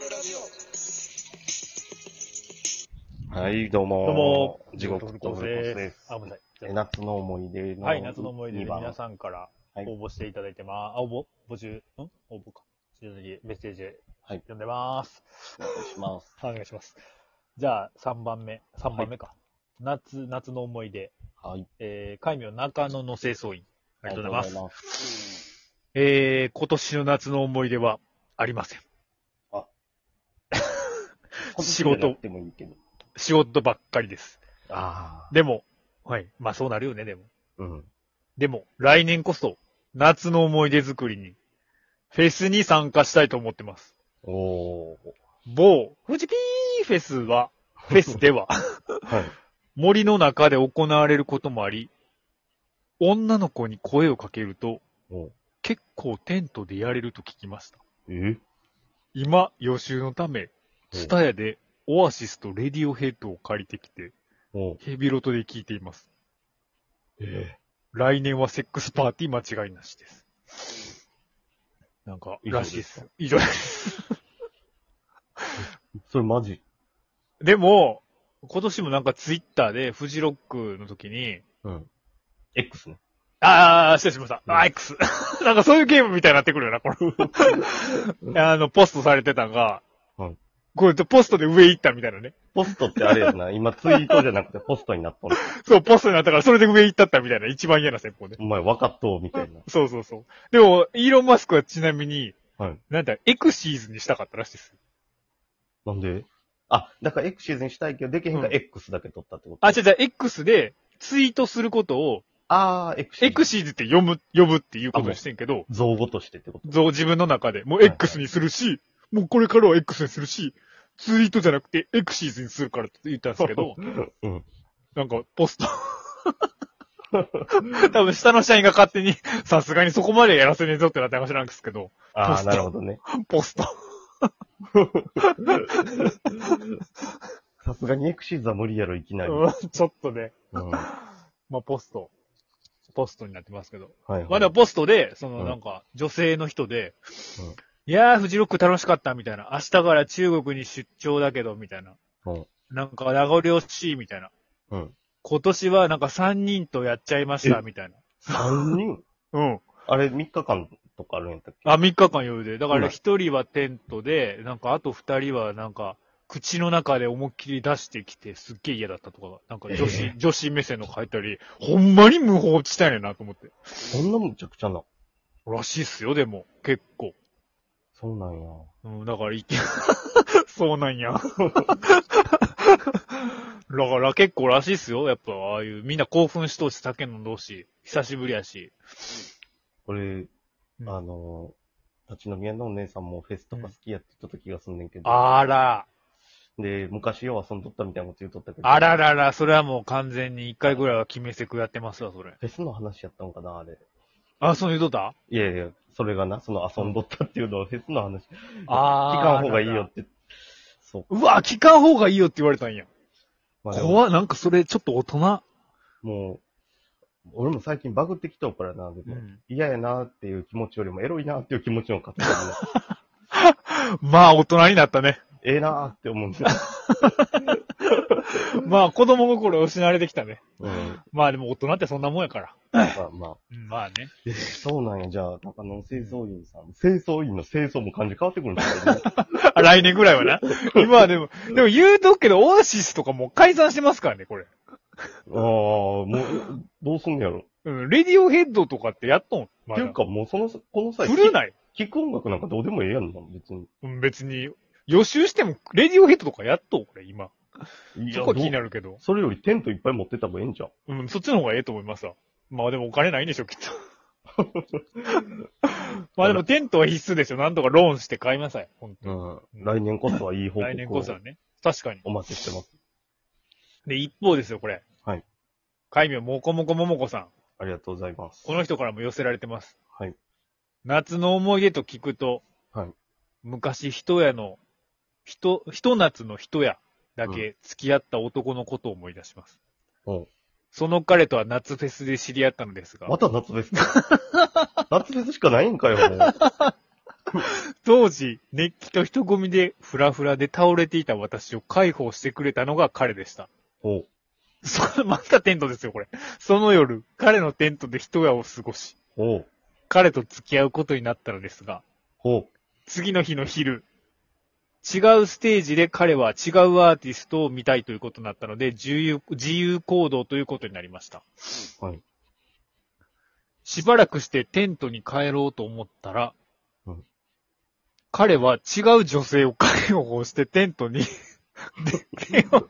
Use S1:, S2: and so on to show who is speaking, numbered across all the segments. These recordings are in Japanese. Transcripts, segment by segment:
S1: ルラジオ。
S2: はい、どうも。
S3: どうも
S2: 地獄とブルコスです。
S3: あ、ごめんなさい。
S2: え夏の思い出の。
S3: はい、夏の思い出で
S2: 2番
S3: 皆さんから
S2: はい
S3: 応募していただいてます。あ、応募、募集、ん応募か。していただき、メッセージ
S2: はい
S3: 読んでます。
S2: お願いします。
S3: お願いします。じゃあ、3番目。3番目か。夏、夏の思い出。
S2: はい。
S3: えー、海名中野の清掃員。ありがとうございます。
S2: ありがとうございます。
S3: えー、今年の夏の思い出はありません。仕
S2: 今
S3: 事
S2: 年じゃなくてもいいけど。
S3: 仕事ばっかりです。
S2: ああ。
S3: でも、はい。まあそうなるよね、でも。
S2: うん。
S3: でも、来年こそ、夏の思い出作りに、フェスに参加したいと思ってます。
S2: おお。
S3: 某、富士ピーフェスは、フェスで は、
S2: はい。
S3: 森の中で行われることもあり、女の子に声をかけると、
S2: お
S3: 結構テントでやれると聞きました。
S2: え
S3: 今、予習のため、ツタヤで、オアシスとレディオヘッドを借りてきて、
S2: お
S3: ヘビロトで聞いています。
S2: え
S3: 来年はセックスパーティー間違いなしです。なんか、らしいです。以上です。
S2: それマジ
S3: でも、今年もなんかツイッターで、フジロックの時に、
S2: うん。X ね。
S3: ああ、失礼しました。あ、X。なん かそういうゲームみたいになってくるよな、こ れ。あの、ポストされてたんが、
S2: はい
S3: これとポストで上行ったみたいなね。
S2: ポストってあれや な。今ツイートじゃなくてポストになっとる。
S3: そう、ポストになったからそれで上行ったったみたいな、一番嫌な戦法ね。
S2: お前分かっとうみたいな。
S3: そうそうそう。でも、イーロン・マスクはちなみに、
S2: はい。
S3: なんだ、エクシーズにしたかったらしいです。
S2: なんであ、だから X シーズンしたいけど、できへんか
S3: う
S2: ら
S3: ん
S2: X だけ取ったってこと
S3: あ、違う違う、X でツイートすることを、
S2: ああ、X シーズン
S3: エクシーズって呼ぶ、呼ぶっていうことにしてんけど、
S2: 造語としてってこと
S3: そう、自分の中で。もう
S2: はいはい、
S3: X にするし、もうこれからは X にするし、ツイートじゃなくてエクシーズにするからって言ったんですけ ど
S2: うん。
S3: なんか、ポスト。多分下の社員が勝手に、さすがにそこまでやらせねえぞってなった話なんですけど、
S2: あ
S3: ポ
S2: あ、
S3: スト
S2: なるほどね。
S3: ポスト。
S2: さすがにエクシーズは無理やろ、いきなり。うん。
S3: うんちょっとね、
S2: は
S3: まあ、ポスト。ポストになってますけど。
S2: い、はい。
S3: まあ、でもポストで、そ
S2: うん
S3: のなんか、女性の人で、
S2: うん
S3: いやー、フジロック楽しかったみたいな。明日から中国に出張だけど、みたいな。
S2: うん
S3: なんか、名残惜しい、みたいな。
S2: うん。
S3: 今年はなんか3人とやっちゃいました、みたいな。
S2: 三人
S3: うん。
S2: あれ、3日間とかあるんやったっけ
S3: あ、3日間夜で。だか
S2: うん
S3: ら1人はテントで、なんかあと2人はなんか、口の中で思いっきり出してきて、すっげえ嫌だったとか、なんか女子、
S2: え
S3: 女子目線の書いたり、ほんまに無法地帯やなと思って。
S2: そんなむちゃくちゃな。
S3: らしいっすよ、でも、結構。
S2: そうなんや。
S3: うん、だから、いけ、 そうなんや。だから結構らしいっすよ、やっぱ、ああいう、みんな興奮しとうし、酒飲んどうし、久しぶりやし。
S2: これ、
S3: うん
S2: あの、立ち飲み屋のお姉さんもフェスとか好きやって言っとった気がすんねんけど。
S3: あら、
S2: で、昔よう遊んどったみたいなこと言うとったけど。
S3: あららら、それはもう完全に一回ぐらいは決めセクやってますわ、それ。
S2: フェスの話やったんかな、あれ。
S3: あ、そう言うとった
S2: いやいや、それがな、その遊んどったっていうのはフェスの話。期
S3: あー
S2: 間方がいいよって。そう。
S3: うわ、聞かん方がいいよって言われたんや。
S2: まあでも
S3: 怖っなんかそれちょっと大人。
S2: もう、俺も最近バグってきとうからな、で
S3: う
S2: も、
S3: ん、
S2: 嫌やなっていう気持ちよりも、エロいなっていう気持ちの方が 勝つからね
S3: まあ大人になったね。
S2: ええなーって思うんだよ。
S3: まあ子供心を失われてきたね。
S2: うん。
S3: まあでも大人ってそんなもんやから。
S2: まあまあ。
S3: うん、まあね。
S2: えそうなんや、じゃあ、中野清掃員 さん。清掃員の清掃も感じ変わってくるんだよね。
S3: あ 来年ぐらいはな。今はでも、でも言うとくけど、オアシスとかもう解散してますからね、これ。
S2: ああ、もう、どうすんのやろ。
S3: うん、レディオヘッドとかってやっとん。
S2: っ
S3: ま
S2: て
S3: だ
S2: いうか、もうその、この際、
S3: 古ない。
S2: 聞く音楽なんかどうでもええやんな、別に。
S3: うん別に、予習しても、レディオヘッドとかやっとん、これ、今。
S2: い
S3: そこは気にな
S2: る。
S3: るけど。
S2: それよりテントいっぱい持ってった方がええんじゃん。
S3: うん、そっちの方がええと思いますわ。まあでもお金ないんでしょ、きっと。 まあでもテントは必須ですよ。なんとかローンして買いなさい。ほんと
S2: うん。来年こそはいい報告を。
S3: 来年こそはね。確かに。
S2: お待ちしてます。
S3: で、一方ですよ、これ。
S2: はい。
S3: 海名もこもこももこさん。
S2: ありがとうございます。
S3: この人からも寄せられてます。
S2: はい。
S3: 夏の思い出と聞くと、
S2: はい
S3: 昔、人やの、人、人夏の人やだけ付き合った男のことを思い出します。
S2: おう
S3: その彼とは夏フェスで知り 合ったのですが、
S2: また夏フェスか夏フェスしかないんかよ、もう
S3: 当時、熱気と人混みでフラフラで倒れていた私を解放してくれたのが彼でした。
S2: ほう。
S3: そ、またテントですよ、これ。その夜、彼のテントで一夜を過ごし、
S2: ほう。
S3: 彼と付き合うことになったのですが、
S2: ほう。
S3: 次の日の昼、違うステージで彼は違うアーティストを見たいということになったので、自由自由行動ということになりました。
S2: はい。
S3: しばらくしてテントに帰ろうと思ったら、
S2: うん
S3: 彼は違う女性を介護してテントにで、手を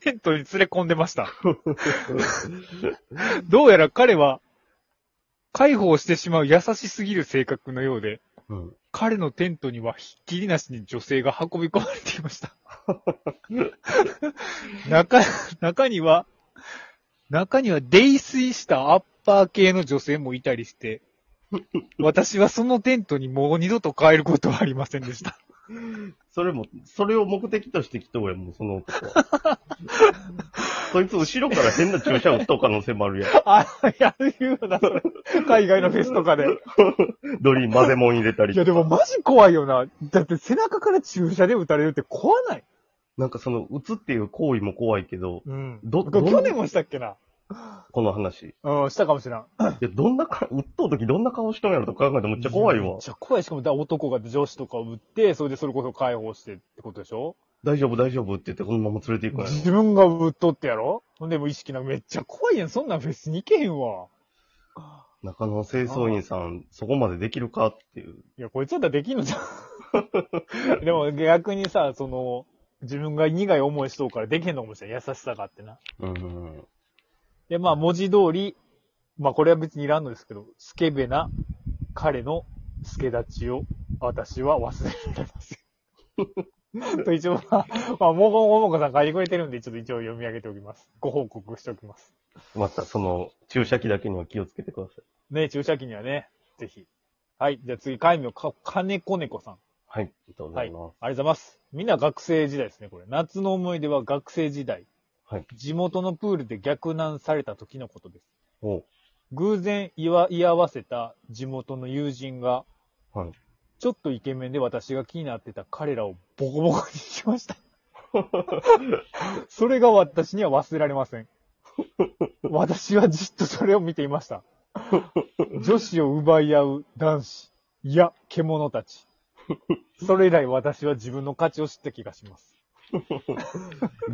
S3: テントに連れ込んで ました。どうやら彼は、介抱してしまう優しすぎる性格のようで、
S2: うん。
S3: 彼のテントにはひっきりなしに女性が運び込まれていま した。中、中には、中には泥酔したアッパー系の女性もいたりして、私はそのテントにもう二度と帰ることはありませんでした。
S2: それも、それを目的として来た俺もうその男は。 そいつ後ろから変な注射打った可能性もあるやん。
S3: あ、やるような、それ。海外のフェスとかで。
S2: ドリーム混ぜ物入れたり
S3: いや、でもマジ怖いよな。だって背中から注射で撃たれるって怖ない。
S2: なんかその、打つっていう行為も怖いけど、
S3: うん。
S2: ど
S3: これ
S2: どん
S3: 去年もしたっけな。
S2: この話。い
S3: うん、したかもしれん。
S2: や、どんなか、打っとう時どんな顔しとんやろと考えてめっちゃ怖い
S3: め
S2: わ
S3: っ。ちゃ怖い。しかも、だ男が女子とかを撃って、それでそれこそ解放してってことでしょ
S2: 大丈夫大丈夫って言ってこのまま連れて行くから
S3: 自分が撃っとってやろほんでもう意識なく、めっちゃ怖いやん。そんなんフェスに行けへんわ。
S2: 中野清掃員さん、そこまでできるかっていう。
S3: いや、こいつだったらできんのじゃ ん。でも逆にさ、その、自分が苦い思いしとうからできへんのかもしれん。優しさがあってな。
S2: うん。
S3: で、まあ文字通り、まあこれは別にいらんのですけど、スケベな彼の助立ちを私は忘れられません。と一応、まあ、まあ、もこもこさん書いてくれてるんで、ちょっと一応読み上げておきます。ご報告しておきます。
S2: また、その、注射器だけには気をつけてください。
S3: ね、注射器にはね、ぜひ。はい、じゃあ次、海名、か、金子猫さん。
S2: はい。ありがとうございます。
S3: ありがとうございます。みんな学生時代ですね、これ。夏の思い出は学生時代。
S2: はい
S3: 地元のプールで逆難された時のことです。
S2: おう
S3: 偶然居わ居合わせた地元の友人が、
S2: はい
S3: ちょっとイケメンで私が気になってた彼らをボコボコにし ました。それが私には忘れられません。私はじっとそれを見ていました。女子を奪い合う男子、いや、獣たち。それ以来私は自分の価値を知った気がします。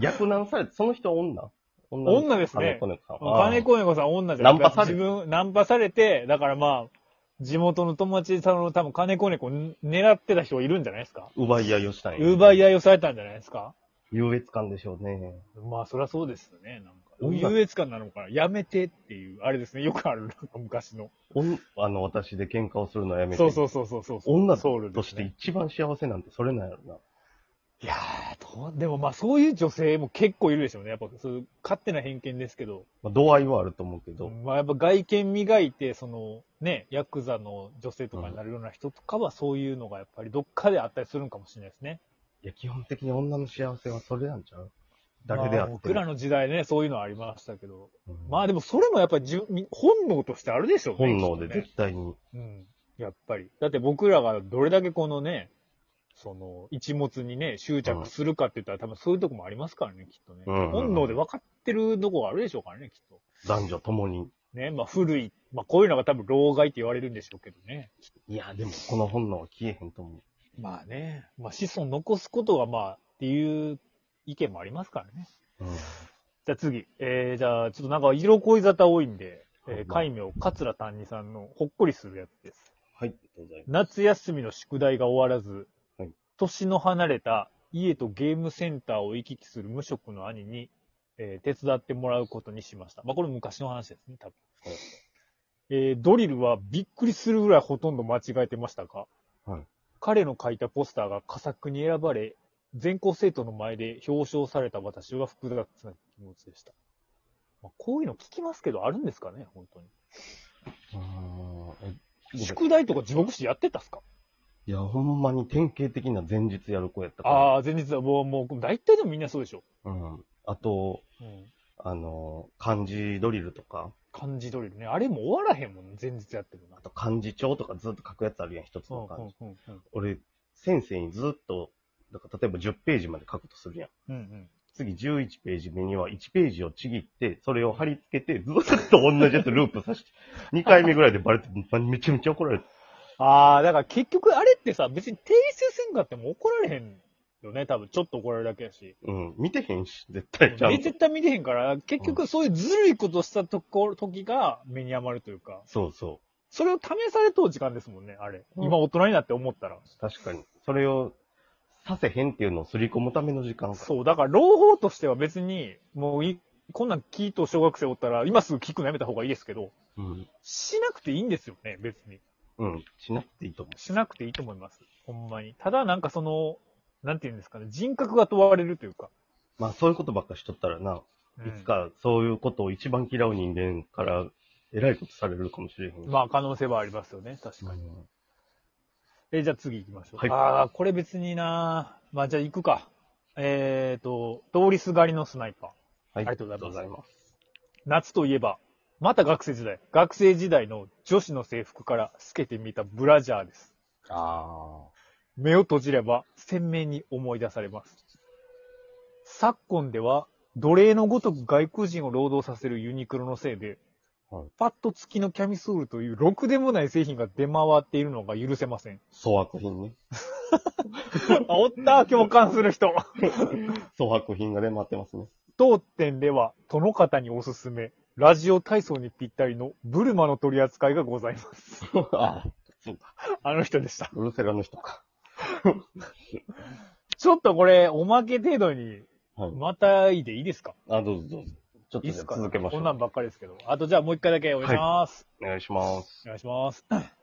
S2: 逆難されて、その人は女女
S3: 女ですね
S2: 金子猫さん。
S3: 金
S2: あ
S3: 子猫さん女じゃん
S2: ナンパされ
S3: 自分、ナンパされて、だからまあ、地元の友達さんの多分金子猫を狙ってた人がいるんじゃないですか
S2: ー奪い合いをしたい。
S3: 奪い
S2: 合い。
S3: 合いをされたんじゃないですか
S2: 優越感でしょうね。
S3: まあ、そりゃそうですよね。なん
S2: 女
S3: か、優越感なのかなやめてっていう、あれですね。よくある、なんか昔の。
S2: おんあの、私で喧嘩をするのはやめて。。
S3: そうそううそうそうそう。
S2: 女
S3: ソウル
S2: と
S3: で
S2: し
S3: す
S2: て
S3: ね。
S2: 一番幸せなんてそれなんやろな。
S3: いやー、どうでもまあ、そういう女性も結構いるでしょうね。やっぱ、そういう勝手な偏見ですけど。
S2: まあ、度合いはあると思うけど、
S3: まあ、やっぱ外見磨いて、その、ね、ヤクザの女性とかになるような人とかは、そういうのがやっぱりどっかであったりするのかもしれないですね。
S2: いや、基本的に女の幸せはそれなんちゃう誰で
S3: ま
S2: あ
S3: あ
S2: って
S3: 僕
S2: も。
S3: らの時代ね、そういうのはありましたけど。
S2: うん
S3: まあでも、それもやっぱり自分、本能としてあるでしょうね。
S2: 本能
S3: き
S2: で
S3: っとね
S2: 絶対に。
S3: うん。やっぱり。だって僕らがどれだけこのね、その、一物にね、執着するかって言ったら、多分そういうとこもありますからね、きっとね。
S2: うんうんうん
S3: 本能で分かってるとこがあるでしょうからね、きっと。
S2: 男女ともに。
S3: ね、まあ古い。まあこういうのが多分老害って言われるんでしょうけどね。
S2: いや、でもこの本能は消えへんと思う。
S3: まあね、まあ子孫残すことがまあ、っていう意見もありますからね。
S2: うん
S3: じゃあ次。えー、じゃあちょっとなんか色恋沙汰多いんで、えー、
S2: はい
S3: 海名、桂丹二さんのほっこりするやつです。
S2: はい、ありがとうございま
S3: 夏休みの宿題が終わらず、
S2: はい
S3: 年の離れた家とゲームセンターを行き来する無職の兄に、えー手伝ってもらうことにしました。まあ、これ昔の話ですね、多分。
S2: はい
S3: えードリルはびっくりするぐらいほとんど間違えてましたが、
S2: はい
S3: 彼の書いたポスターが佳作に選ばれ、全校生徒の前で表彰された私は複雑な気持ちでした。まあ、こういうの聞きますけど、あるんですかね、本当に。
S2: す。うんえ
S3: 宿題とか地獄師やってたっすか
S2: いや、ほんまに典型的な前日やる子やったから。あ。
S3: ああ、前日はもう、もう、大体でもみんなそうでしょ。
S2: うん。あと、
S3: うん。
S2: あの、漢字ドリルとか、
S3: 漢字ドリルね。あれもう終わらへんもん、前日やってるな
S2: あ。と漢字帳とかずっと書くやつあるやん、一つの漢字。
S3: うんうんうん
S2: 俺、先生にずっと、だから例えば10ページまで書くとするやん。
S3: うんうん。
S2: 次11ページ目には1ページをちぎって、それを貼り付けて、ずっと同じやつループさせて、2回目ぐらいでバレて、めちゃめちゃ怒られた。
S3: ああ、だから結局あれってさ、別に訂正せんかっても怒られへんよね、多分。ちょっと怒られるだけやし。
S2: うん、見てへんし、絶対ちゃん
S3: で
S2: と。
S3: 絶対見てへんから、結局そういうずるいことしたとこ、時が目に余るというか、
S2: そうそ
S3: それを試されとう時間ですもんね、あれ。
S2: うん
S3: 今大人になって思ったら。
S2: う。確かに。それを、させへんっていうのをすり込むための時間か。
S3: そう、だから朗報としては別に、もうい、こんなん聞いとう小学生おったら、今すぐ聞くのやめた方がいいですけど、
S2: うん。
S3: しなくていいんですよね、別に。
S2: うん。しなくていいと思
S3: しなくていいと思います。ほんまに。ただなんかその、なんていうんですかね、人格が問われるというか。
S2: う。まあ、そういうことばっかしとったらな、
S3: うん
S2: いつかそういうことを一番嫌う人間から、えらいことされるかもしれへん。
S3: まあ可能性はありますよね、確か
S2: う
S3: に。
S2: ん
S3: え、じゃあ次行きましょう。
S2: はい
S3: ああ、これ別になまあじゃあ行くか。えーと、通りすがりのスナイパー。
S2: はい。
S3: ありがとうございます
S2: ありがとう
S3: 夏といえば、また学生時代。学生時代の女子の制服から透けてみたブラジャーです。
S2: ございますあ
S3: 目を閉じれば鮮明に思い出されます。昨今では奴隷のごとく外国人を労働させるユニクロのせいで、
S2: はい
S3: パッド付きのキャミソールというろくでもない製品が出回っているのが許せません。
S2: あ。粗悪品ね。
S3: あ、おった共感する人
S2: 粗悪品がね、待ってますね。
S3: 当店では、殿方におすすめ、ラジオ体操にぴったりのブルマの取り扱いがございます。
S2: ああ、そうか。
S3: あの人でした。
S2: ブルセラの人か。
S3: ちょっとこれ、おまけ程度に、
S2: はい。
S3: またいでいいですか
S2: あ、どうぞどうぞ。ちょっ
S3: い
S2: とい
S3: いっ
S2: じゃ
S3: す
S2: あ
S3: か
S2: 続けましょ
S3: こ。
S2: うん
S3: なんばっかりですけど。あとじゃあもう一回だけお願いします。
S2: お願いします。
S3: お願いします。